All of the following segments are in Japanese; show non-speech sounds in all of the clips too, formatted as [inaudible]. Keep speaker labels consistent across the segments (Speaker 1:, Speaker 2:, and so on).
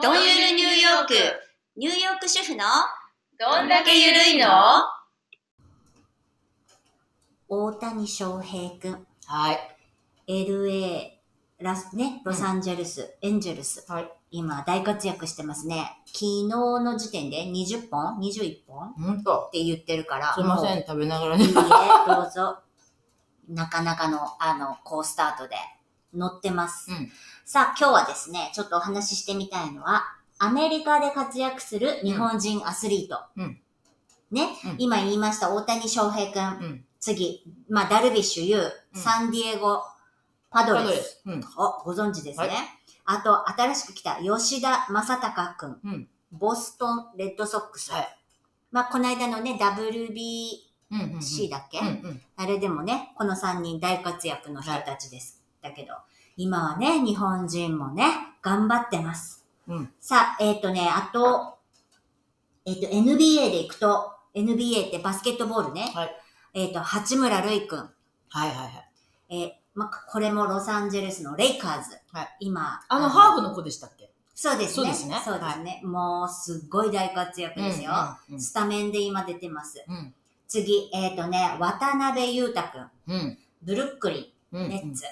Speaker 1: どんゆるニューヨーク、ニューヨーク主婦の
Speaker 2: どんだけゆるいの
Speaker 1: 大谷翔平くん、
Speaker 2: はい。
Speaker 1: LA、ラス、ね、ロサンゼルス、エンジェルス、
Speaker 2: はい
Speaker 1: 今大活躍してますね。昨日の時点で20本 ?21 本っ
Speaker 2: ほんと。
Speaker 1: て言ってるから。
Speaker 2: すいませ
Speaker 1: も
Speaker 2: ん、食べながら
Speaker 1: う。いい
Speaker 2: ね
Speaker 1: え。、どうぞ。なかなかの、あの、好スタートで乗ってます。
Speaker 2: うん
Speaker 1: さあ、今日はですね、ちょっとお話ししてみたいのは、アメリカで活躍する日本人アスリート。
Speaker 2: うん
Speaker 1: ね、
Speaker 2: うん
Speaker 1: 今言いました大谷翔平くん。
Speaker 2: うん。
Speaker 1: 次、まあ、ダルビッシュ有、
Speaker 2: うん
Speaker 1: サンディエゴ、パド
Speaker 2: パド
Speaker 1: レ
Speaker 2: レ
Speaker 1: ス。
Speaker 2: ス。うん。
Speaker 1: お、ご存知ですね。
Speaker 2: はい
Speaker 1: あと、新しく来た吉田正尚くん。
Speaker 2: うん
Speaker 1: ボストン・レッドソックス。
Speaker 2: はい
Speaker 1: まあ、この間のね、WBC
Speaker 2: うんうんうん。
Speaker 1: だっけ、
Speaker 2: うんうん。
Speaker 1: あれでもね、この3人大活躍の人たちです。だけど、今はね、日本人もね、頑張ってます。
Speaker 2: うん
Speaker 1: さあ、えっ、とね、あと、えっ、と、NBA で行くと、NBA ってバスケットボールね。
Speaker 2: はい
Speaker 1: えっ、と、八村塁くん。
Speaker 2: はいはいはい。
Speaker 1: えーまあ、これもロサンゼルスのレイカーズ。
Speaker 2: はい
Speaker 1: 今。
Speaker 2: あの、ハー
Speaker 1: フ
Speaker 2: フの子でしたっけ
Speaker 1: そうですね。
Speaker 2: そうですね
Speaker 1: そうですねもう、すっごい大活躍ですよ。
Speaker 2: うん
Speaker 1: スタメンで今出てます。
Speaker 2: うん。
Speaker 1: 次、えっ、とね、渡辺裕太くん。
Speaker 2: うん。
Speaker 1: ブルックリ
Speaker 2: うん。う
Speaker 1: ン、
Speaker 2: ん
Speaker 1: ネッツ。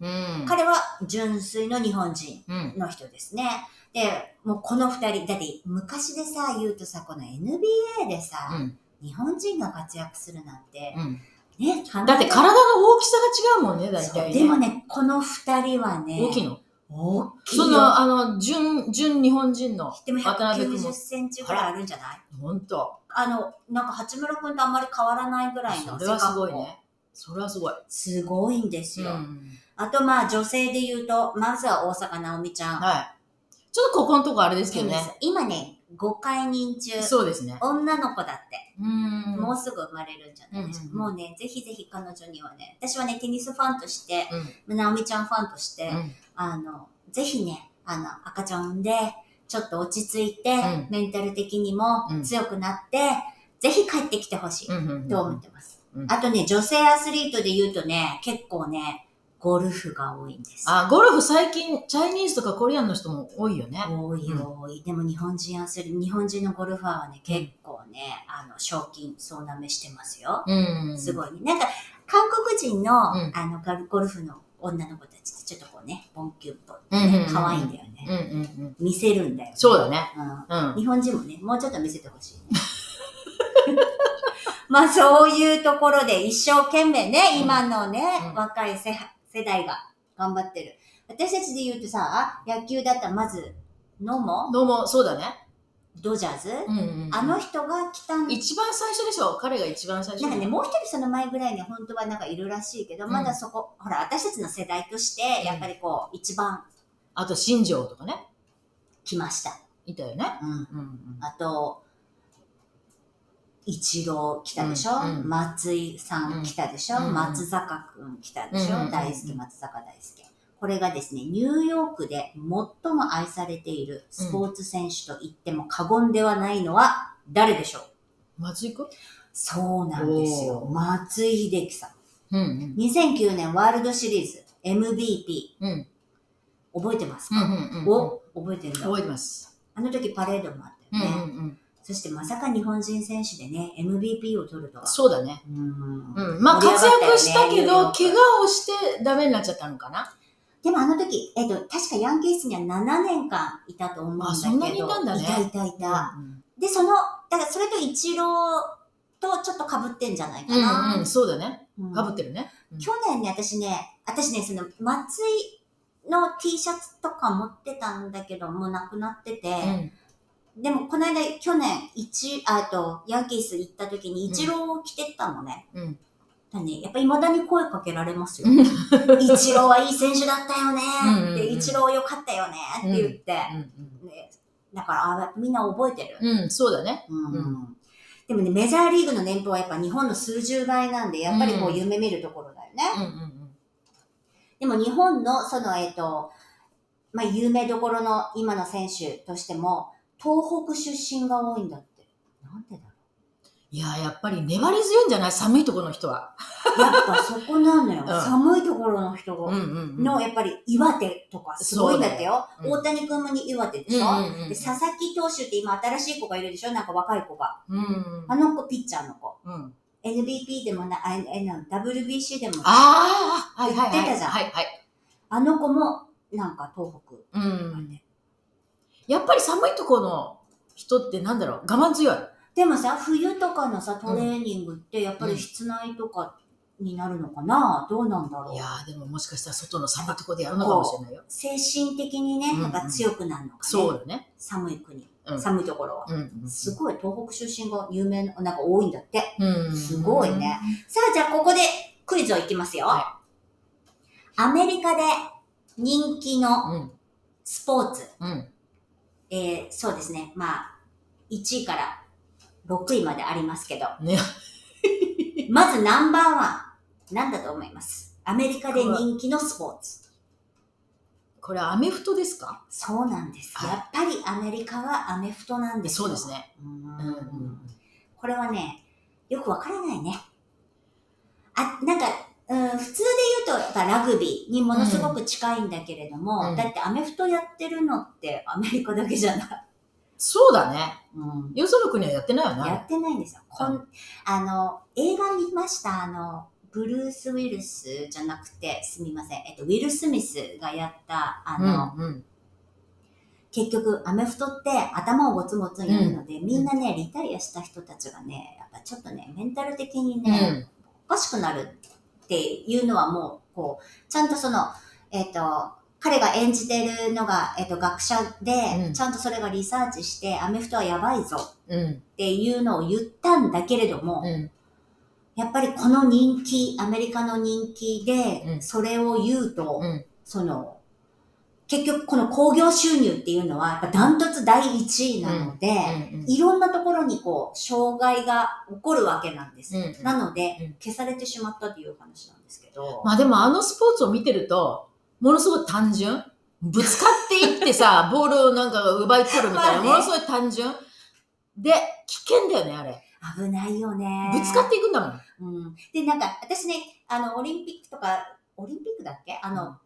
Speaker 2: うん。
Speaker 1: 彼は純粋の日本人
Speaker 2: うん。
Speaker 1: の人ですね。で、もうこの二人、だって昔でさ、言うとさ、この NBA で
Speaker 2: う
Speaker 1: さ、
Speaker 2: ん。
Speaker 1: 日本人が活躍するなんて
Speaker 2: う、ん。
Speaker 1: ね、
Speaker 2: だって体の大きさが違うもんね、大
Speaker 1: そう
Speaker 2: 体。
Speaker 1: でも。ね、この二人はね、
Speaker 2: 大きいの
Speaker 1: 大きいよ
Speaker 2: その、あの、純、純日本人の。
Speaker 1: でも
Speaker 2: 渡辺君も
Speaker 1: 190センチぐらいあるんじゃない
Speaker 2: ほんと。
Speaker 1: あの、なんか八村君とあんまり変わらないぐらいの
Speaker 2: それはすごいね。それはすごい。
Speaker 1: すごいんですよ。
Speaker 2: ん。
Speaker 1: あとまあ女性で言うと、まずは大坂なおみちゃん。
Speaker 2: はい。ちょっとここのとこあれですけ
Speaker 1: テ
Speaker 2: ど
Speaker 1: ニス
Speaker 2: ね。
Speaker 1: 今ね、5回人中、
Speaker 2: そうですね。
Speaker 1: 女の子だって、
Speaker 2: うん
Speaker 1: もうすぐ生まれるんじゃないですか。
Speaker 2: うんうんうん
Speaker 1: もうね、ぜひぜひ彼女にはね、私はね、テニスファンとして、
Speaker 2: うん。
Speaker 1: なおみちゃんファンとして、
Speaker 2: うん
Speaker 1: あの、ぜひね、あの、赤ちゃん産んで、ちょっと落ち着いて、
Speaker 2: ん
Speaker 1: メンタル的にも
Speaker 2: うん
Speaker 1: 強くなって、ぜひ帰ってきてほしい。
Speaker 2: うんうんうん
Speaker 1: と思ってます。
Speaker 2: うん
Speaker 1: あとね、女性アスリートで言うとね、結構ね、ゴルフが多いんです。
Speaker 2: あ、ゴルフ最近、チャイニーズとかコリアンの人も多いよね。
Speaker 1: 多い
Speaker 2: うん
Speaker 1: 多い。でも日本人アスリート、日本人のゴルファーはね、結構ね、あの、賞金総なめしてますよ。
Speaker 2: うん。
Speaker 1: す
Speaker 2: い。
Speaker 1: ごいね。なんか、韓国人の、
Speaker 2: うん
Speaker 1: あの、ガルゴルフの女の子たちってちょっとこうね、ボンキュッと、
Speaker 2: うんうんうんうん
Speaker 1: 可愛いんだよね。
Speaker 2: うんうんうん。
Speaker 1: 見せるんだよ、ね。
Speaker 2: そうだね。
Speaker 1: うん。
Speaker 2: うん。
Speaker 1: 日本人もね、もうちょっと見せてほしい、ね。 [laughs] まあそういうところで一生懸命ね、
Speaker 2: うん
Speaker 1: 今のね、
Speaker 2: うん
Speaker 1: 若い世世代が頑張ってる。私たちで言うとさ、野球だったらまず、野茂、
Speaker 2: どうも、そうだね。
Speaker 1: ドジャーズ、
Speaker 2: うんうんうん。
Speaker 1: あの人が来たんだ
Speaker 2: 一番最初でしょ彼が一番最初。
Speaker 1: なんかね、もう一人その前ぐらいに本当はなんかいるらしいけど、
Speaker 2: うん
Speaker 1: まだそこ、ほら、私たちの世代として、やっぱりこう、一番
Speaker 2: あと、新庄とかね。
Speaker 1: 来ました。
Speaker 2: いたよね。
Speaker 1: うん。
Speaker 2: うんうん。
Speaker 1: あと、一郎来たでしょ、
Speaker 2: うんうん
Speaker 1: 松井さん来たでしょ、
Speaker 2: うんうん
Speaker 1: 松坂くん来たでしょ、
Speaker 2: うんうんうん
Speaker 1: 大好き、松坂大好き。これがですね、ニューヨークで最も愛されているスポーツ選手と言っても過言ではないのは誰でしょう
Speaker 2: 松井くん
Speaker 1: そうなんですよ。
Speaker 2: お
Speaker 1: 松井秀喜さん。
Speaker 2: うんうん。
Speaker 1: 2009年ワールドシリーズ MVP。
Speaker 2: うん。
Speaker 1: 覚えてます
Speaker 2: うん
Speaker 1: か、
Speaker 2: うんうん。
Speaker 1: を覚えてるの
Speaker 2: 覚えてます。
Speaker 1: あの時パレードもあった
Speaker 2: うん
Speaker 1: よ
Speaker 2: う
Speaker 1: ね。
Speaker 2: んうん。
Speaker 1: そしてまさか日本人選手でね、MVP を取るとは。
Speaker 2: そうだね。
Speaker 1: うん
Speaker 2: うん、まあ
Speaker 1: 盛り上
Speaker 2: 活
Speaker 1: がったよね
Speaker 2: 躍したけ
Speaker 1: ニューヨー
Speaker 2: ど、
Speaker 1: ク
Speaker 2: 怪我をしてダメになっちゃったのかな。
Speaker 1: でもあの時、えっと、確かヤンキースには7年間いたと思うんだけど。
Speaker 2: あそんなにいたんだね
Speaker 1: いたいたいた。で、その、だからそれとイチローとちょっと被ってんじゃないか
Speaker 2: うん、
Speaker 1: な。
Speaker 2: うん、うん、そうだね。
Speaker 1: うん
Speaker 2: かぶってるね。
Speaker 1: 去年ね、私ね、私ね、その松井の T シャツとか持ってたんだけど、もうなくなってて。
Speaker 2: うん、
Speaker 1: でもこの間、去年、一、あと、ヤンキース行った時にイチローを着てったのね。
Speaker 2: うん、
Speaker 1: だね、やっぱ未だに声かけられますよ。イチローはいい選手だったよね
Speaker 2: うんうんう
Speaker 1: っ
Speaker 2: ん
Speaker 1: て、イチローよかったよねって言って、
Speaker 2: うん
Speaker 1: ね、だからあみんな覚えてる、
Speaker 2: うん、うん、そうだね。
Speaker 1: うん
Speaker 2: う
Speaker 1: でもね、メジャーリーグの年俸はやっぱ日本の数十倍なんで、やっぱりこ
Speaker 2: う
Speaker 1: うん夢見るところだよね。
Speaker 2: うん、うん、
Speaker 1: でも日本のその、えっ、と、まあ、有名どころの今の選手としても、東北出身が多いんだって。なんでだろ
Speaker 2: いや、やっぱり粘り強いんじゃない寒いところの人は。
Speaker 1: う。やっぱそこなのよ。
Speaker 2: ん
Speaker 1: 寒いところの人が。
Speaker 2: んうんうん
Speaker 1: の、やっぱり岩手とかすごいんだってよ。
Speaker 2: そうだよう
Speaker 1: 大谷君もに岩手でしょ、
Speaker 2: うんうんうん
Speaker 1: で、佐々木投手って今新しい子がいるでしょなんか若い子が。
Speaker 2: うん
Speaker 1: あの子、ピッチャーの子。
Speaker 2: うんうん。
Speaker 1: NBP でもな、あえな WBC でも、あ
Speaker 2: ああ、はいはいはい。
Speaker 1: 言ってたじゃん
Speaker 2: はいはい。
Speaker 1: の子もなんか東北。
Speaker 2: うん。やっぱり寒いところの人ってなんだろう、我慢強い。
Speaker 1: でもさ、冬とかのさ、トレーニングってやっぱり室内とかになるのかな、どうなんだろ
Speaker 2: いうや。ー、でももしかしたら外の寒いところでやるのかもしれないよ。
Speaker 1: 精神的にね、なんか強くなるのかね。
Speaker 2: そうよね。
Speaker 1: 寒い国、
Speaker 2: うん
Speaker 1: 寒いところは。
Speaker 2: うんうんうん。
Speaker 1: すごい東北出身が有名な、なんか多いんだって。
Speaker 2: うん
Speaker 1: すごいね。さあ、じゃあここでクイズをいきますよ。
Speaker 2: は
Speaker 1: アメリカで人気の
Speaker 2: うん。
Speaker 1: スポーツ、
Speaker 2: うん。
Speaker 1: えー、そうですね、まあ、1位から6位までありますけど、
Speaker 2: ね。
Speaker 1: まずナンバーワン、なんだと思いますアメリカで人気のスポーツ。
Speaker 2: これアメフトですか
Speaker 1: そうなんです。
Speaker 2: はい
Speaker 1: やっぱりアメリカはアメフトなんですよ
Speaker 2: そうです。ね。
Speaker 1: うーん
Speaker 2: うんうん
Speaker 1: これはね、よくわからないね。あ、なんか、うん、普通で言うと、やっぱラグビーにものすごく近いんだけれども、
Speaker 2: うん
Speaker 1: だってアメフトやってるのってアメリカだけじゃない。
Speaker 2: そうだね。
Speaker 1: うん、
Speaker 2: よその国はやってないよ
Speaker 1: や
Speaker 2: ね。
Speaker 1: ってないんですよ。こんあの、映画見ましたあの、ブルース・ウィルスじゃなくて、すみません。えっと、ウィル・スミスがやった、あ
Speaker 2: う
Speaker 1: の、
Speaker 2: んうん。
Speaker 1: 結局、アメフトって頭をゴツゴツにやるので、みんなね、リタイアした人たちがね、やっぱちょっとね、メンタル的に
Speaker 2: う
Speaker 1: ね、
Speaker 2: ん。
Speaker 1: おかしくなるっていうのはもう、こう、ちゃんとその、えっ、と、彼が演じてるのが、えっ、と、学者で、
Speaker 2: うん
Speaker 1: ちゃんとそれがリサーチして、アメフトはやばいぞ
Speaker 2: うん。
Speaker 1: っていうのを言ったんだけれども、
Speaker 2: うん。
Speaker 1: やっぱりこの人気、アメリカの人気で、
Speaker 2: うん
Speaker 1: それを言うと、
Speaker 2: うん
Speaker 1: その、結局この興行収入っていうのは、やっぱダントツ第1位なので、
Speaker 2: うん
Speaker 1: いろんなところにこう、障害が起こるわけなんです。
Speaker 2: うん
Speaker 1: なので、
Speaker 2: うん
Speaker 1: 消されてしまったという話なんですけど。
Speaker 2: まあでもあのスポーツを見てると、ものすごい単純。ぶつかっていっ
Speaker 1: [laughs]
Speaker 2: てさ、ボールをなんか奪い取るみたいな、
Speaker 1: ま
Speaker 2: も
Speaker 1: あね
Speaker 2: のすごい単純。で、危険だよね、あれ。
Speaker 1: 危ないよね。
Speaker 2: ぶつかっていくんだもん。
Speaker 1: うん。で、なんか、私ね、あの、オリンピックとか、オリンピックだっけあの、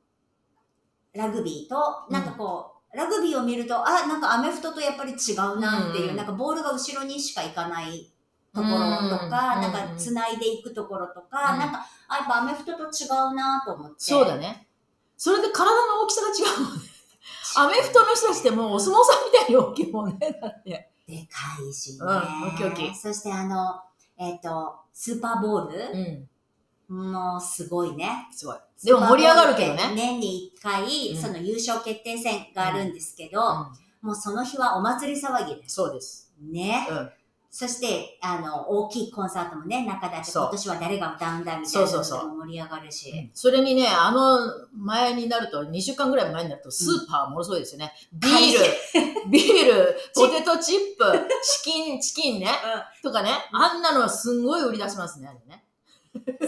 Speaker 1: ラグビーと、なんかこう、ラグビーを見ると、あ、なんかアメフトとやっぱり違うなっていう、
Speaker 2: うん
Speaker 1: なんかボールが後ろにしか行かないところと
Speaker 2: う
Speaker 1: か、
Speaker 2: ん
Speaker 1: なん
Speaker 2: う
Speaker 1: か
Speaker 2: ん
Speaker 1: 繋いでいくところとか、
Speaker 2: うん
Speaker 1: なんか、あ、やっぱアメフトと違うなと思って。
Speaker 2: そうだね。それで体の大きさが違うもんね。アメフトの人たちってもうお相撲さんみたいに大きいもんね、だって。
Speaker 1: でかいしね。
Speaker 2: うん大きい大きい
Speaker 1: そしてあの、えっ、と、スーパーボール、
Speaker 2: ん。
Speaker 1: もうすごいね。
Speaker 2: すごい。でも盛り上がるけど
Speaker 1: スーパーボールって
Speaker 2: ね。
Speaker 1: 年に1回、
Speaker 2: うん
Speaker 1: その優勝決定戦があるんですけど、
Speaker 2: う
Speaker 1: もうその日はお祭り騒ぎで
Speaker 2: ん
Speaker 1: す。
Speaker 2: そうです。
Speaker 1: ね。
Speaker 2: うん。
Speaker 1: そして、あの、大きいコンサートもね、中だって
Speaker 2: そう
Speaker 1: 今年は誰が歌うんだみたいな
Speaker 2: そうそうそう
Speaker 1: のも盛り上がるし。
Speaker 2: それにね、あの前になると、2週間ぐらい前になると、スーパーものすごいですよね。ビ
Speaker 1: 海
Speaker 2: ール、ビー
Speaker 1: [laughs]
Speaker 2: ル、ポテトチップ、チキン、チキンね、とかね、あんなのすんごい売り出しますね、あれね。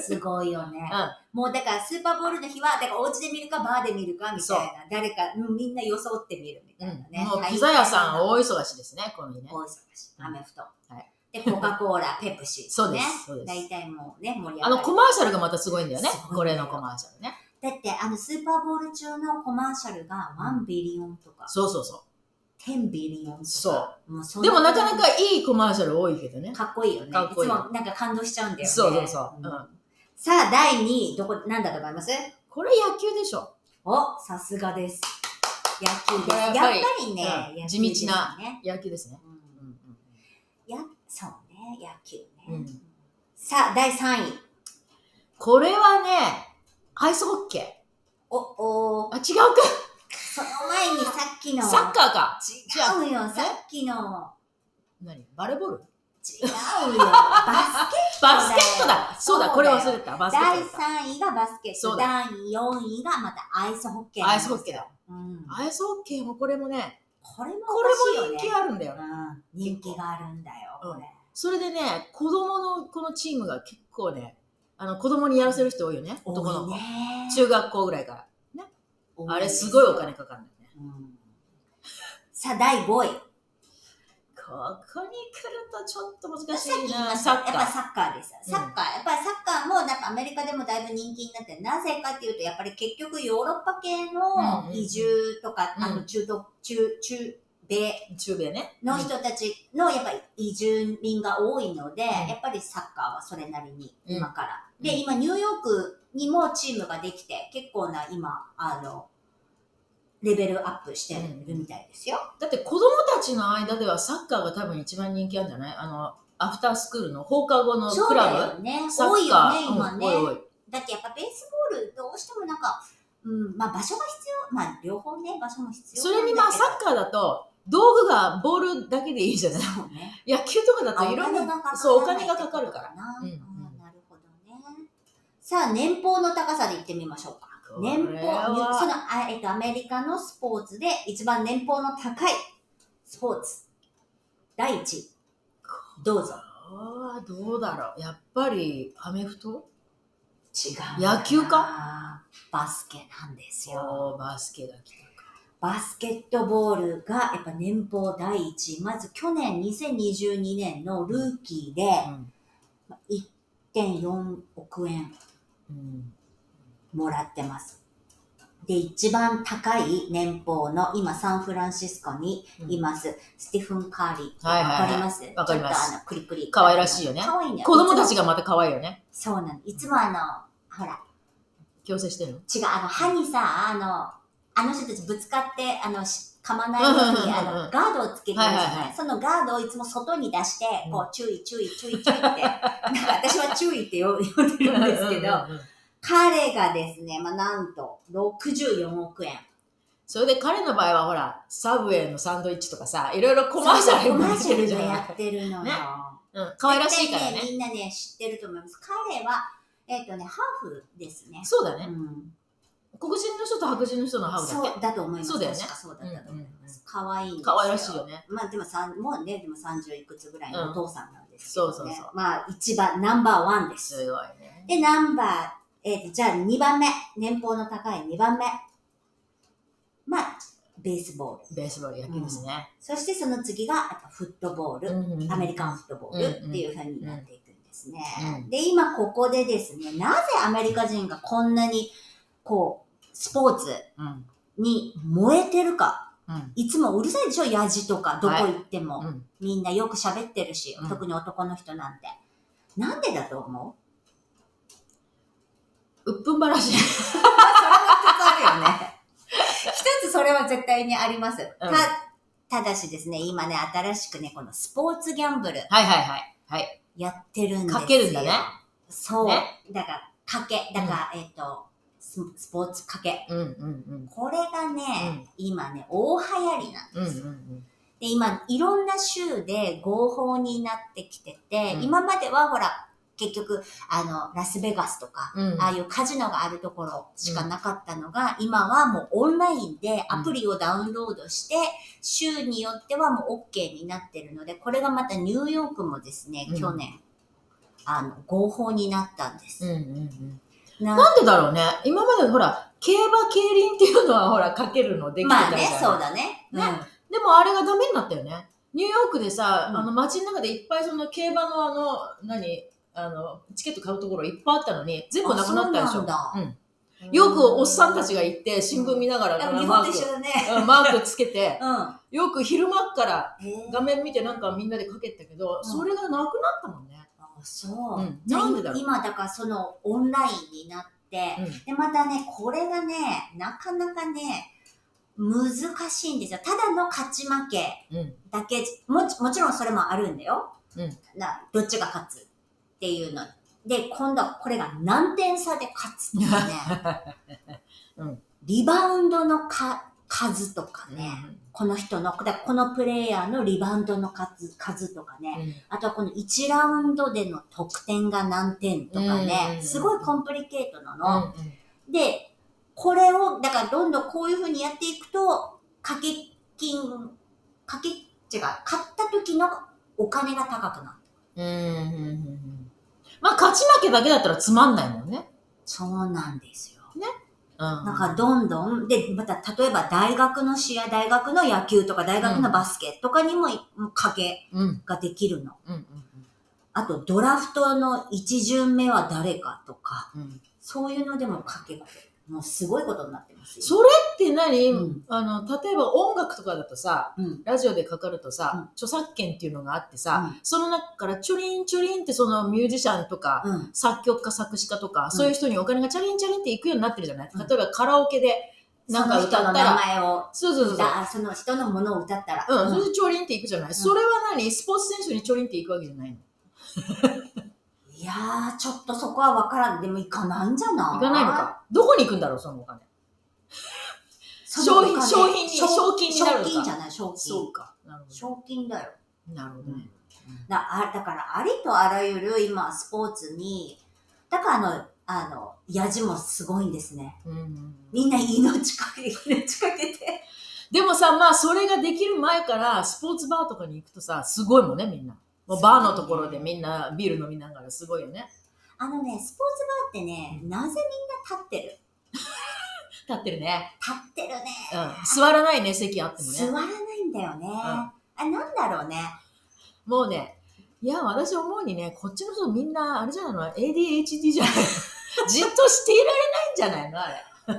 Speaker 1: すごいよね。
Speaker 2: う
Speaker 1: もうだからスーパーボールの日は、だからお家で見るかバーで見るかみた
Speaker 2: そう
Speaker 1: いな。誰か、うんみんな装って見るみたい
Speaker 2: ん。
Speaker 1: なね。
Speaker 2: うん、もう
Speaker 1: 大変
Speaker 2: ピザ屋さん大忙しですね、この日ね。
Speaker 1: 大忙しい。
Speaker 2: うん
Speaker 1: アメフト。
Speaker 2: はい
Speaker 1: で、コカ・コー
Speaker 2: [laughs]
Speaker 1: ラ、ペプシ、ね。
Speaker 2: そうですそうです
Speaker 1: 大体もうね、盛り上が
Speaker 2: あ
Speaker 1: る。
Speaker 2: のコマーシャルがまたすごいんだよね
Speaker 1: すごい。ね
Speaker 2: これのコマーシャルね。
Speaker 1: だって、あの、スーパーボール中のコマーシャルが1ビリオンとか、
Speaker 2: そうそうそ
Speaker 1: 10ビリオンとか。。
Speaker 2: そう
Speaker 1: もうそ
Speaker 2: うんでもなかな
Speaker 1: か。
Speaker 2: かいいコマーシャル多いけどね。
Speaker 1: かっこいいよね。
Speaker 2: かっこいい
Speaker 1: いつもなんか感動しちゃうんだよね。
Speaker 2: そうそうそう。うん
Speaker 1: んさあ、第2位、どこ、なんだと思います
Speaker 2: これ野球でしょ。
Speaker 1: お、さすがです。野球です。
Speaker 2: これ
Speaker 1: やっ
Speaker 2: やっ
Speaker 1: ぱ
Speaker 2: ぱり
Speaker 1: りね、
Speaker 2: うん
Speaker 1: 野球です
Speaker 2: 地道な
Speaker 1: ね。
Speaker 2: 野球ですね。
Speaker 1: う
Speaker 2: うんんうん
Speaker 1: や、そうね、野球ね。
Speaker 2: うん
Speaker 1: さあ、第3位。
Speaker 2: これはね、アイスホッケー。
Speaker 1: お、おー
Speaker 2: あ、違う
Speaker 1: その前にさっきの。
Speaker 2: か。サッカーか。
Speaker 1: 違うよ、さっきの。
Speaker 2: 何バレーボー
Speaker 1: 違
Speaker 2: ル
Speaker 1: うよ。
Speaker 2: [laughs]
Speaker 1: バスケ
Speaker 2: バスケットだ
Speaker 1: そう
Speaker 2: そう
Speaker 1: だ
Speaker 2: だ、
Speaker 1: よ
Speaker 2: これ忘れた。バスケ
Speaker 1: 第
Speaker 2: ットだ。
Speaker 1: 3位がバスケッ
Speaker 2: そ
Speaker 1: ト。
Speaker 2: うだ
Speaker 1: 第4位がまたアイスホッケーなん
Speaker 2: ア
Speaker 1: で
Speaker 2: イ
Speaker 1: す
Speaker 2: ス
Speaker 1: よ。
Speaker 2: ホッケーだ。
Speaker 1: うん。
Speaker 2: アイスホッケーもこれもね、
Speaker 1: これも
Speaker 2: こ
Speaker 1: お
Speaker 2: れ
Speaker 1: かしいよ
Speaker 2: も
Speaker 1: ね
Speaker 2: 人気あるんだよね。
Speaker 1: うん人気があるんだよ、これ。
Speaker 2: それでね、子供のこのチームが結構ね、あの子供にやらせる人多いよね、男の
Speaker 1: 多
Speaker 2: 子
Speaker 1: い。ね。
Speaker 2: 中学校ぐらいから。あれすごいお金かかるんだよね。
Speaker 1: うんさあ、第5位。
Speaker 2: ここに来るとちょっと難し
Speaker 1: さっき
Speaker 2: い
Speaker 1: 言いまし
Speaker 2: な。
Speaker 1: たや
Speaker 2: サ
Speaker 1: っ
Speaker 2: ッカ
Speaker 1: ぱ
Speaker 2: ー。
Speaker 1: サッカーです。サッカー、やっぱサッカーもなんかアメリカでもだいぶ人気になって、なぜかっていうと、やっぱり結局ヨーロッパ系
Speaker 2: うんう
Speaker 1: の
Speaker 2: ん
Speaker 1: 移住とか、
Speaker 2: うん
Speaker 1: あの中東、中、中米
Speaker 2: 中米ね。
Speaker 1: の人たちのやっぱり移住民が多いので、
Speaker 2: ん
Speaker 1: やっぱりサッカーはそれなりに
Speaker 2: うん
Speaker 1: 今から。
Speaker 2: うん
Speaker 1: で、今ニューヨークにもチームができて、結構な今、あの、レベルアップしてるみたいですよ。
Speaker 2: だって子供たちの間ではサッカーが多分一番人気あるんじゃないあの、アフタースクールの放課後の
Speaker 1: そ
Speaker 2: ク
Speaker 1: う
Speaker 2: ラ
Speaker 1: だ
Speaker 2: ブ。
Speaker 1: よね。
Speaker 2: サッカ
Speaker 1: 多
Speaker 2: ー
Speaker 1: いよね、今
Speaker 2: うん
Speaker 1: ね。
Speaker 2: 多い多い
Speaker 1: だってやっぱベースボールどうしてもなんか、うん、まあ場所が必要、まあ両方ね、場所も必要
Speaker 2: それにまあサッカーだと、道具がボールだけでいい
Speaker 1: [laughs]
Speaker 2: じゃない
Speaker 1: カーそうね。
Speaker 2: 野球とかだといろんな、
Speaker 1: な
Speaker 2: そうお金がかかるから
Speaker 1: な、
Speaker 2: うんう
Speaker 1: あ
Speaker 2: ん
Speaker 1: ーなるほどね。さあ、年俸の高さでいってみましょうか。年
Speaker 2: こ
Speaker 1: 俸、
Speaker 2: れ
Speaker 1: ゆ
Speaker 2: は
Speaker 1: そのあ、えっと、アメリカのスポーツで一番年俸の高いスポーツ。第一位。どうぞ。
Speaker 2: あーどうだろう。やっぱりアメフト
Speaker 1: 違
Speaker 2: う野球
Speaker 1: かバスケなんですよ。
Speaker 2: おーバスケが来たか。
Speaker 1: バスケットボールがやっぱ年俸第一位。まず去年2022年のルーキーで
Speaker 2: うん
Speaker 1: 1.4億円
Speaker 2: うん
Speaker 1: もらってます。で、一番高い年俸の今サンフランシスコにいます、スティフン・カーリー。
Speaker 2: はいはいはい
Speaker 1: わかります
Speaker 2: わかります
Speaker 1: ちょっとあの、クリクリ。
Speaker 2: 可愛らしいよね
Speaker 1: 可愛いね。
Speaker 2: 子供たち
Speaker 1: が。
Speaker 2: がまた可愛いよね。
Speaker 1: そうなの。いつもあの、ほら、
Speaker 2: 強制してるの
Speaker 1: 違う、あの、歯にさ、あの、あの人たちぶつかって、あの、し噛まないように、
Speaker 2: うんうん
Speaker 1: あ
Speaker 2: うんうん
Speaker 1: の、ガードをつけてるじゃない,、
Speaker 2: はいはいはい
Speaker 1: そのガードをいつも外に出して、
Speaker 2: うん
Speaker 1: こう、注意、注意、注意、注意
Speaker 2: [laughs]
Speaker 1: って、なんか私は注意って呼呼んでるんですけ
Speaker 2: うん
Speaker 1: ど、
Speaker 2: うんうん
Speaker 1: 彼がですね、まあ、なんと、64億円。
Speaker 2: それで彼の場合はほら、サブウェイのサンドイッチとかさ、いろいろコマーシャル
Speaker 1: コ
Speaker 2: も
Speaker 1: マ
Speaker 2: や
Speaker 1: ー
Speaker 2: っ
Speaker 1: シ
Speaker 2: て
Speaker 1: ャ
Speaker 2: る
Speaker 1: ル
Speaker 2: じゃ
Speaker 1: が
Speaker 2: ない
Speaker 1: やってるのよ。
Speaker 2: ねうん、可愛らしいから
Speaker 1: 絶対
Speaker 2: ね。
Speaker 1: みんなね、知ってると思います。彼は、えっ、とね、ハーフですね。
Speaker 2: そうだね。
Speaker 1: ん、
Speaker 2: 黒人の人と白人の人のハウだっ
Speaker 1: そうだと思います。
Speaker 2: そうだよね
Speaker 1: 確かそうだったと思います。可愛いんです
Speaker 2: け。
Speaker 1: よ。
Speaker 2: 可愛らしいよね。
Speaker 1: まあでもさんもうね、でも30いくつぐらいのお父さんなんですけど、ね
Speaker 2: うんそうそうそう
Speaker 1: まあ一番、ナンバーワンです。
Speaker 2: すごいね。
Speaker 1: で、ナンバー、えっ、と、じゃあ2番目。年俸の高い2番目。まあ、ベースボール。
Speaker 2: ベースボール野球ですね。
Speaker 1: そしてその次が、やっぱフットボール。アメリカンフットボールっていう風になっていくんですね。
Speaker 2: うん
Speaker 1: で、今ここでですね、なぜアメリカ人がこんなに、こう、スポーツ
Speaker 2: うん。
Speaker 1: に燃えてるか。
Speaker 2: うん。
Speaker 1: いつもうるさいでしょヤジとか、どこ行っても。
Speaker 2: うん。
Speaker 1: みんなよく喋ってるし、
Speaker 2: うん
Speaker 1: 特に男の人なんて。なんでだと思う
Speaker 2: うっぷんばらしい。 [laughs]
Speaker 1: あるよね。 [laughs] 一つそれは絶対にあります。た、ただしですね、今ね、新しくね、このスポーツギャンブル
Speaker 2: はいはいはい。はい。
Speaker 1: やってるんですよ。
Speaker 2: かけるんだね。
Speaker 1: そう。
Speaker 2: ね
Speaker 1: だから、かけ。だから、えっ、とス、スポーツかけ。
Speaker 2: うんうん
Speaker 1: これがね、
Speaker 2: うん
Speaker 1: 今ね、大流行りなん
Speaker 2: うん。
Speaker 1: で
Speaker 2: うんうん
Speaker 1: す。
Speaker 2: うん。
Speaker 1: で、今、いろんな州で合法になってきてて、
Speaker 2: うん
Speaker 1: 今まではほら、結局、あの、ラスベガスとか、
Speaker 2: うん、
Speaker 1: ああいうカジノがあるところしかなかったのが、今はもうオンラインでアプリをダウンロードして、州によってはもう OK になってるので、これがまたニューヨークもですね、
Speaker 2: うん
Speaker 1: 去年、あの、合法になったんで
Speaker 2: うん
Speaker 1: す。
Speaker 2: うんうん、
Speaker 1: な
Speaker 2: なんでだろうね今までほら競馬競輪っていうのはほらかけるのできてた
Speaker 1: まあ
Speaker 2: じゃ
Speaker 1: ね
Speaker 2: ない、
Speaker 1: そうだね。ね
Speaker 2: ね、でもあれがダメになったよね。ニューヨークでさ、
Speaker 1: うん
Speaker 2: あの街の中でいっぱいその競馬のあの、何、あの、チケット買うところいっぱいあったのに、全部なくなったでし
Speaker 1: あそう
Speaker 2: ょ。
Speaker 1: な
Speaker 2: うんんよくおっさんた
Speaker 1: ち
Speaker 2: ちが行って、新聞見ながら、
Speaker 1: 日
Speaker 2: マ
Speaker 1: 本
Speaker 2: ー
Speaker 1: と
Speaker 2: ク
Speaker 1: 一緒だね。
Speaker 2: うんマークつけて、
Speaker 1: うん。
Speaker 2: よく昼間っから
Speaker 1: へえ
Speaker 2: 画面見てなんかみんなでかけてたけど、
Speaker 1: うん
Speaker 2: それがなくなったもんね。
Speaker 1: あそう、
Speaker 2: うんなんでだろう
Speaker 1: 今だからそのオンラインになって、
Speaker 2: うん
Speaker 1: でまたねこれがねなかなかね難しいんですよただの勝ち負け
Speaker 2: うん。
Speaker 1: だけもちもちろんそれもあるんだよ、
Speaker 2: うん
Speaker 1: などっちが勝つっていうので今度はこれが何点差で勝つとかね、
Speaker 2: [laughs] うん
Speaker 1: リバウンドのか数とかね、
Speaker 2: う
Speaker 1: この人のだからこのプレイヤーのリバウンドの数数とかね、
Speaker 2: ん。
Speaker 1: あとはこの1ラウンドでの得点が何点とか
Speaker 2: うんうん
Speaker 1: ね
Speaker 2: う、ん
Speaker 1: すごいコンプリケートな
Speaker 2: う
Speaker 1: の。
Speaker 2: んうん
Speaker 1: で、これを、だからどんどんこういう風にやっていくと、掛け金、掛け、違う、買った時のお金が高くなる。
Speaker 2: うんうんうんうんまあ、勝ち負けだけだったらつまんないもんね。
Speaker 1: そうなんですよ。
Speaker 2: ね。
Speaker 1: なんかどんどん、で、また例えば大学の試合、大学の野球とか大学のバスケとかにも影
Speaker 2: うん。うん。
Speaker 1: ができるの。
Speaker 2: うん。
Speaker 1: あとドラフトの一巡目は誰かとか、
Speaker 2: うんうん。
Speaker 1: そういうのでも影が出る。もうすごいことになってますよ。
Speaker 2: それって何、
Speaker 1: うん
Speaker 2: あの、例えば音楽とかだとさ、
Speaker 1: うん。
Speaker 2: ラジオでかかるとさ、
Speaker 1: うん
Speaker 2: 著作権っていうのがあってさ、
Speaker 1: う
Speaker 2: その中からチョリンチョリンってそのミュージシャンとか、
Speaker 1: うん。
Speaker 2: 作曲家作詞家とか、
Speaker 1: ん
Speaker 2: そういう人にお金がチャリンチャリンっていくようになってるじゃない、
Speaker 1: うん
Speaker 2: 例えばカラオケでなんか
Speaker 1: その人
Speaker 2: 歌
Speaker 1: の
Speaker 2: ったら
Speaker 1: 名前を、
Speaker 2: そうそうそうそう
Speaker 1: だその人のものを歌ったら。
Speaker 2: うん、それでチョリンっていくじゃない、それは何スポーツ選手にチョリンっていくわけじゃないの
Speaker 1: いやー、ちょっとそこはわからん。でも行かないんじゃない
Speaker 2: 行かないのかどこに行くんだろうそのお金
Speaker 1: そのお金
Speaker 2: 商品商品に賞金になるのか
Speaker 1: 賞金じゃない、賞金。
Speaker 2: かなるほ
Speaker 1: 賞金だよ。
Speaker 2: どなるほどね、
Speaker 1: だあだから、ありとあらゆる今、スポーツに、だからあの、あの、ヤジもすごいんですね。
Speaker 2: うん
Speaker 1: みんな命かけ、命かけて。
Speaker 2: でもさまあそれができる前からスポーツバーとかに行くとさすごいもんねみんなもうバーのところでみんなビール飲みながらすごいよね
Speaker 1: あのね、スポーツバーってね、なぜみんな立ってる
Speaker 2: 立ってるね、
Speaker 1: 立ってるね。
Speaker 2: うん、座らないね席あってもね
Speaker 1: 座らないんだよね。あ、なんだろうね。
Speaker 2: もうね、いや、私思うにね、こっちの人みんな、あれじゃないの ?ADHD じゃない [laughs] じっとしていられないんじゃないのあれ。
Speaker 1: て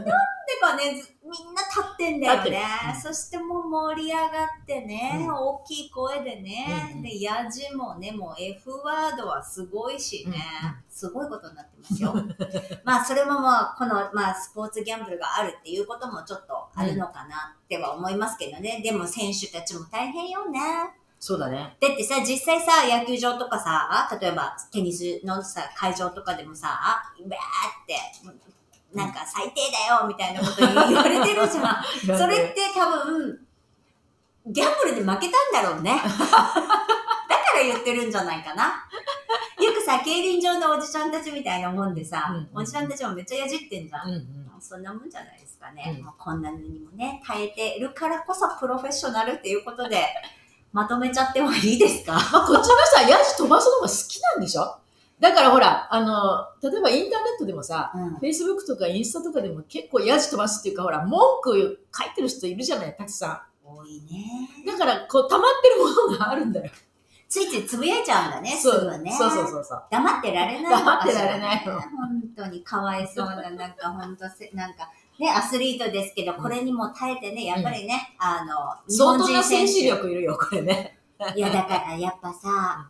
Speaker 1: かね、ずみんな立ってんだよね
Speaker 2: 立って。
Speaker 1: そしてもう盛り上がってね、
Speaker 2: うん
Speaker 1: 大きい声でね、
Speaker 2: うんうん
Speaker 1: で、ヤジもね、もう F ワードはすごいしね、
Speaker 2: うんうん
Speaker 1: すごいことになってますよ。 [laughs] まあ、それもまあ、この、まあ、スポーツギャンブルがあるっていうこともちょっとあるのかなっては思いますけどね。でも、選手たちも大変よね。
Speaker 2: そうだね。
Speaker 1: だってさ、実際さ、野球場とかさ、例えばテニスのさ、会場とかでもさ、バーって、なんか最低だよみたいなこと言われてるじ
Speaker 2: [laughs]
Speaker 1: ゃん。それって多分、ギャンブルで負けたんだろう
Speaker 2: [laughs]
Speaker 1: ね。だから言ってるんじゃないかな。よくさ、競輪場のおじちゃんたちみたいなもんでさ、
Speaker 2: うんうん
Speaker 1: おじちゃんたちもめっちゃやじってんじゃん。
Speaker 2: うんうん。
Speaker 1: そんなもんじゃないですかね。
Speaker 2: うん
Speaker 1: もうこんなのにもね、耐えてるからこそプロフェッショナルっていうことで、まとめちゃってもいいですか
Speaker 2: まあ、こっちの人はヤジ飛ばすのが好きなんでしょだからほら、あの、例えばインターネットでもさ、
Speaker 1: うん。
Speaker 2: Facebook とかインスタとかでも結構ヤジ飛ばすっていうか、ほら、文句書いてる人いるじゃない、たくさ
Speaker 1: 多いね。
Speaker 2: ん。だから、こう、溜まってるものがあるんだよ。
Speaker 1: ついついつぶやいちゃうんだね、す
Speaker 2: そう
Speaker 1: ぐね。
Speaker 2: そうそうそうそう。
Speaker 1: 黙ってられないの
Speaker 2: 黙
Speaker 1: か
Speaker 2: っ
Speaker 1: してら
Speaker 2: られないの
Speaker 1: ね本当にかわいそうな、なんか本当せ、なんか、ね、アスリートですけど、これにも耐えてね、やっぱりね、あの、
Speaker 2: 相当な選手力いるよ、これね。
Speaker 1: いや、だからやっぱさ、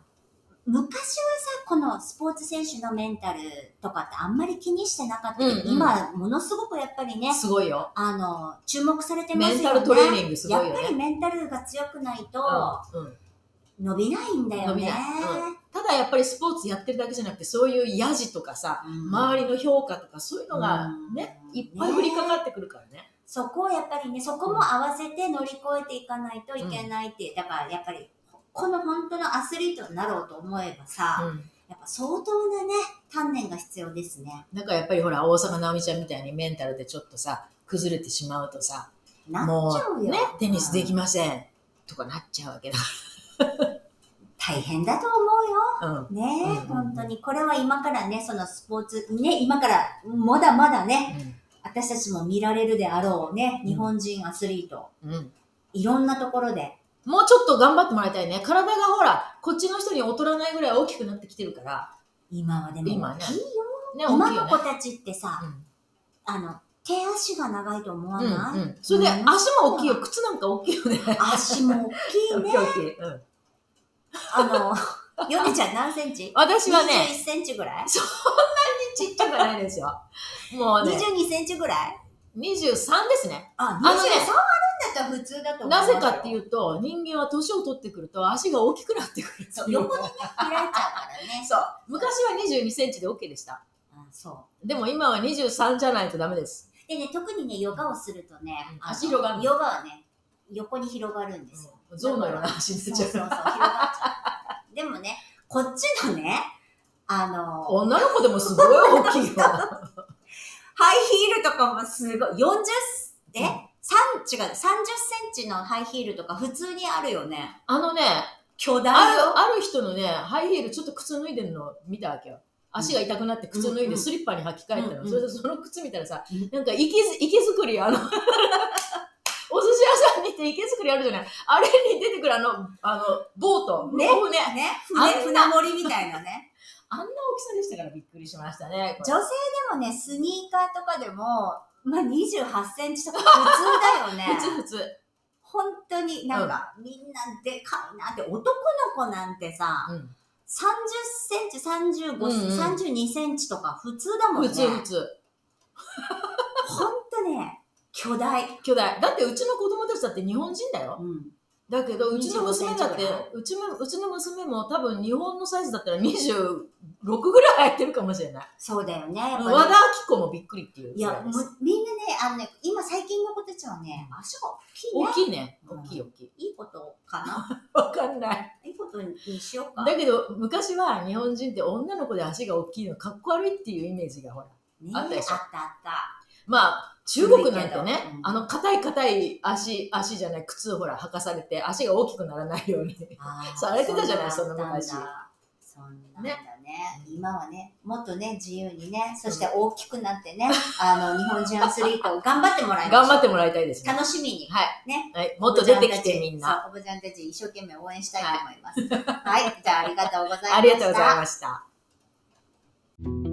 Speaker 1: 昔はさ、このスポーツ選手のメンタルとかってあんまり気にしてなかったけど、
Speaker 2: うんうん
Speaker 1: 今、ものすごくやっぱりね、
Speaker 2: すごいよ。
Speaker 1: あの、注目されてますよ
Speaker 2: メ
Speaker 1: ね。
Speaker 2: ンタルトレーニングすごいよ
Speaker 1: やっぱり
Speaker 2: ね。
Speaker 1: メンタルが強くないと、
Speaker 2: うんうん
Speaker 1: 伸びないんだよ
Speaker 2: 伸び
Speaker 1: ね
Speaker 2: な。ただやっぱりスポーツやってるだけじゃなくてそういうヤジとかさ周りの評価とかそういうのがね、
Speaker 1: うん
Speaker 2: いっぱい降りかかってくるからね。
Speaker 1: そこをやっぱりね、そこも合わせて乗り越えていかないといけないっていう、だからやっぱり、この本当のアスリートになろうと思えばさ、
Speaker 2: うん
Speaker 1: やっぱ相当なね、鍛錬が必要ですね。
Speaker 2: なんかやっぱりほら大阪なおみちゃんみたいにメンタルでちょっとさ崩れてしまうとさ
Speaker 1: なっ
Speaker 2: も
Speaker 1: ちゃう
Speaker 2: う
Speaker 1: よ。
Speaker 2: ねテニスできませんとかなっちゃうわけだ。
Speaker 1: 大変だと思
Speaker 2: うん
Speaker 1: うよ。ねえ、
Speaker 2: うんうんうん
Speaker 1: 本当に。これは今からね、そのスポーツ、ね、今から、まだまだね、私たちも見られるであろうね、
Speaker 2: うん
Speaker 1: 日本人アスリート、
Speaker 2: うんうん
Speaker 1: いろんなところで。
Speaker 2: もうちょっと頑張ってもらいたいね。体がほら、こっちの人に劣らないぐらい大きくなってきてるから、
Speaker 1: 今はでも大きいよ、
Speaker 2: 今ねね、大
Speaker 1: 今
Speaker 2: きいよ
Speaker 1: の子。
Speaker 2: ね
Speaker 1: たちってさ、
Speaker 2: うん
Speaker 1: あの、手足が長いと思わない、
Speaker 2: うんうん、それで足も大きいよ、靴なんか大きいよね。
Speaker 1: 足も大きいね。
Speaker 2: 大きい大きいうん
Speaker 1: あの、ヨネちゃん何センチ
Speaker 2: 私は
Speaker 1: 21
Speaker 2: ね、
Speaker 1: センチぐらい、
Speaker 2: ちっちゃくないですよ。もうね、
Speaker 1: ?22 センチぐらい
Speaker 2: 23ですね。
Speaker 1: あ、23
Speaker 2: の
Speaker 1: あ
Speaker 2: ね
Speaker 1: るんだったら普通だと思う。。
Speaker 2: なぜかっていううと、人間は年を取ってくると足が大きくなってくる
Speaker 1: そう横に
Speaker 2: に
Speaker 1: ね、開いちゃうからね。
Speaker 2: そう。昔は22センチで OK でした。
Speaker 1: あそう。
Speaker 2: でも今は23じゃないとダメです。
Speaker 1: でね、特にね、ヨガをするとね、
Speaker 2: うん
Speaker 1: あの
Speaker 2: 足広がる
Speaker 1: ヨガはね、横に広がるんですよ。
Speaker 2: ゾウのような足に
Speaker 1: そう
Speaker 2: なっ
Speaker 1: そ
Speaker 2: [laughs] ち
Speaker 1: うそう、
Speaker 2: ゃう。
Speaker 1: 広がっちゃう。でもね、こっちのね、あの、
Speaker 2: 女の子でもすごい大きいよ。
Speaker 1: [laughs] ハイヒールとかもすごい、40、え、
Speaker 2: うん
Speaker 1: 三違う、30センチのハイヒールとか普通にあるよね。
Speaker 2: あのね、
Speaker 1: 巨
Speaker 2: あ
Speaker 1: 大
Speaker 2: る
Speaker 1: よ。
Speaker 2: ある人のね、ハイヒールちょっと靴脱いでるの見たわけよ。足が痛くなって靴脱い
Speaker 1: うんう
Speaker 2: で
Speaker 1: ん
Speaker 2: スリッパに履き替えたの。
Speaker 1: うんうん
Speaker 2: それでその靴見たらさ
Speaker 1: うん、
Speaker 2: なんか池ず、池作り、あの、お寿 [laughs] 司屋さんに行って池作りあるじゃないあれに出てくるあの、あの、ボート。
Speaker 1: ね
Speaker 2: もうね。
Speaker 1: ね、
Speaker 2: あ
Speaker 1: 船
Speaker 2: ん
Speaker 1: 船
Speaker 2: な
Speaker 1: 盛りみたいなね。
Speaker 2: あんな大きさでしたからびっくりしましたね。これ
Speaker 1: 女性でもね、スニーカーとかでも、まあ、28センチとか普通だよね。
Speaker 2: [laughs] 普通普通。
Speaker 1: 本当になんか、みんなでかいなって、男の子なんてさ、
Speaker 2: うん
Speaker 1: 30センチ、35、
Speaker 2: うんうん
Speaker 1: 32センチとか普通だもんね。
Speaker 2: 普通普通。
Speaker 1: 本当ね、巨大。
Speaker 2: 巨大。だってうちの子供たちだって日本人だよ。
Speaker 1: うん。
Speaker 2: だけど、うちの娘だって
Speaker 1: 25センチぐらい、
Speaker 2: うちも、うちの娘も多分日本のサイズだったら26ぐらい入ってるかもしれない。
Speaker 1: そうだよね。やっぱ
Speaker 2: 和
Speaker 1: ね
Speaker 2: 田アキ子もびっくりっていう
Speaker 1: い
Speaker 2: ぐら
Speaker 1: や、
Speaker 2: い
Speaker 1: も
Speaker 2: です。
Speaker 1: うみんなね、あのね、今最近の子たちはね、足が大
Speaker 2: 大
Speaker 1: きいね。
Speaker 2: きいね。
Speaker 1: うん
Speaker 2: 大きい大きい。
Speaker 1: いいことかな
Speaker 2: わかんない。
Speaker 1: いいことにしようか。
Speaker 2: だけど、昔は日本人って女の子で足が大きいのかっこ悪いっていうイメージがほら。
Speaker 1: ね
Speaker 2: あったでしょ
Speaker 1: あったあった。
Speaker 2: まあ、中国なんて
Speaker 1: 古い
Speaker 2: ね
Speaker 1: けどう、ん
Speaker 2: あの、硬い硬い足、足じゃない、靴をほら、履かされて、足が大きくならないように。
Speaker 1: あー
Speaker 2: そうあれやってたじゃない
Speaker 1: んのあったんだそんなんだね今はね、もっとね、自由にね、そして大きくなってね、あの、日本人アスリートを頑張ってもらいましょう
Speaker 2: 頑張ってもらいたいですね。
Speaker 1: 楽しみに。
Speaker 2: はい。
Speaker 1: ね
Speaker 2: はい。もっと出てきてみんな。
Speaker 1: そう。おばちゃんたち一生懸命応援したいと思います。はい。じゃあ、ありがとうございました。
Speaker 2: ありがとうございました。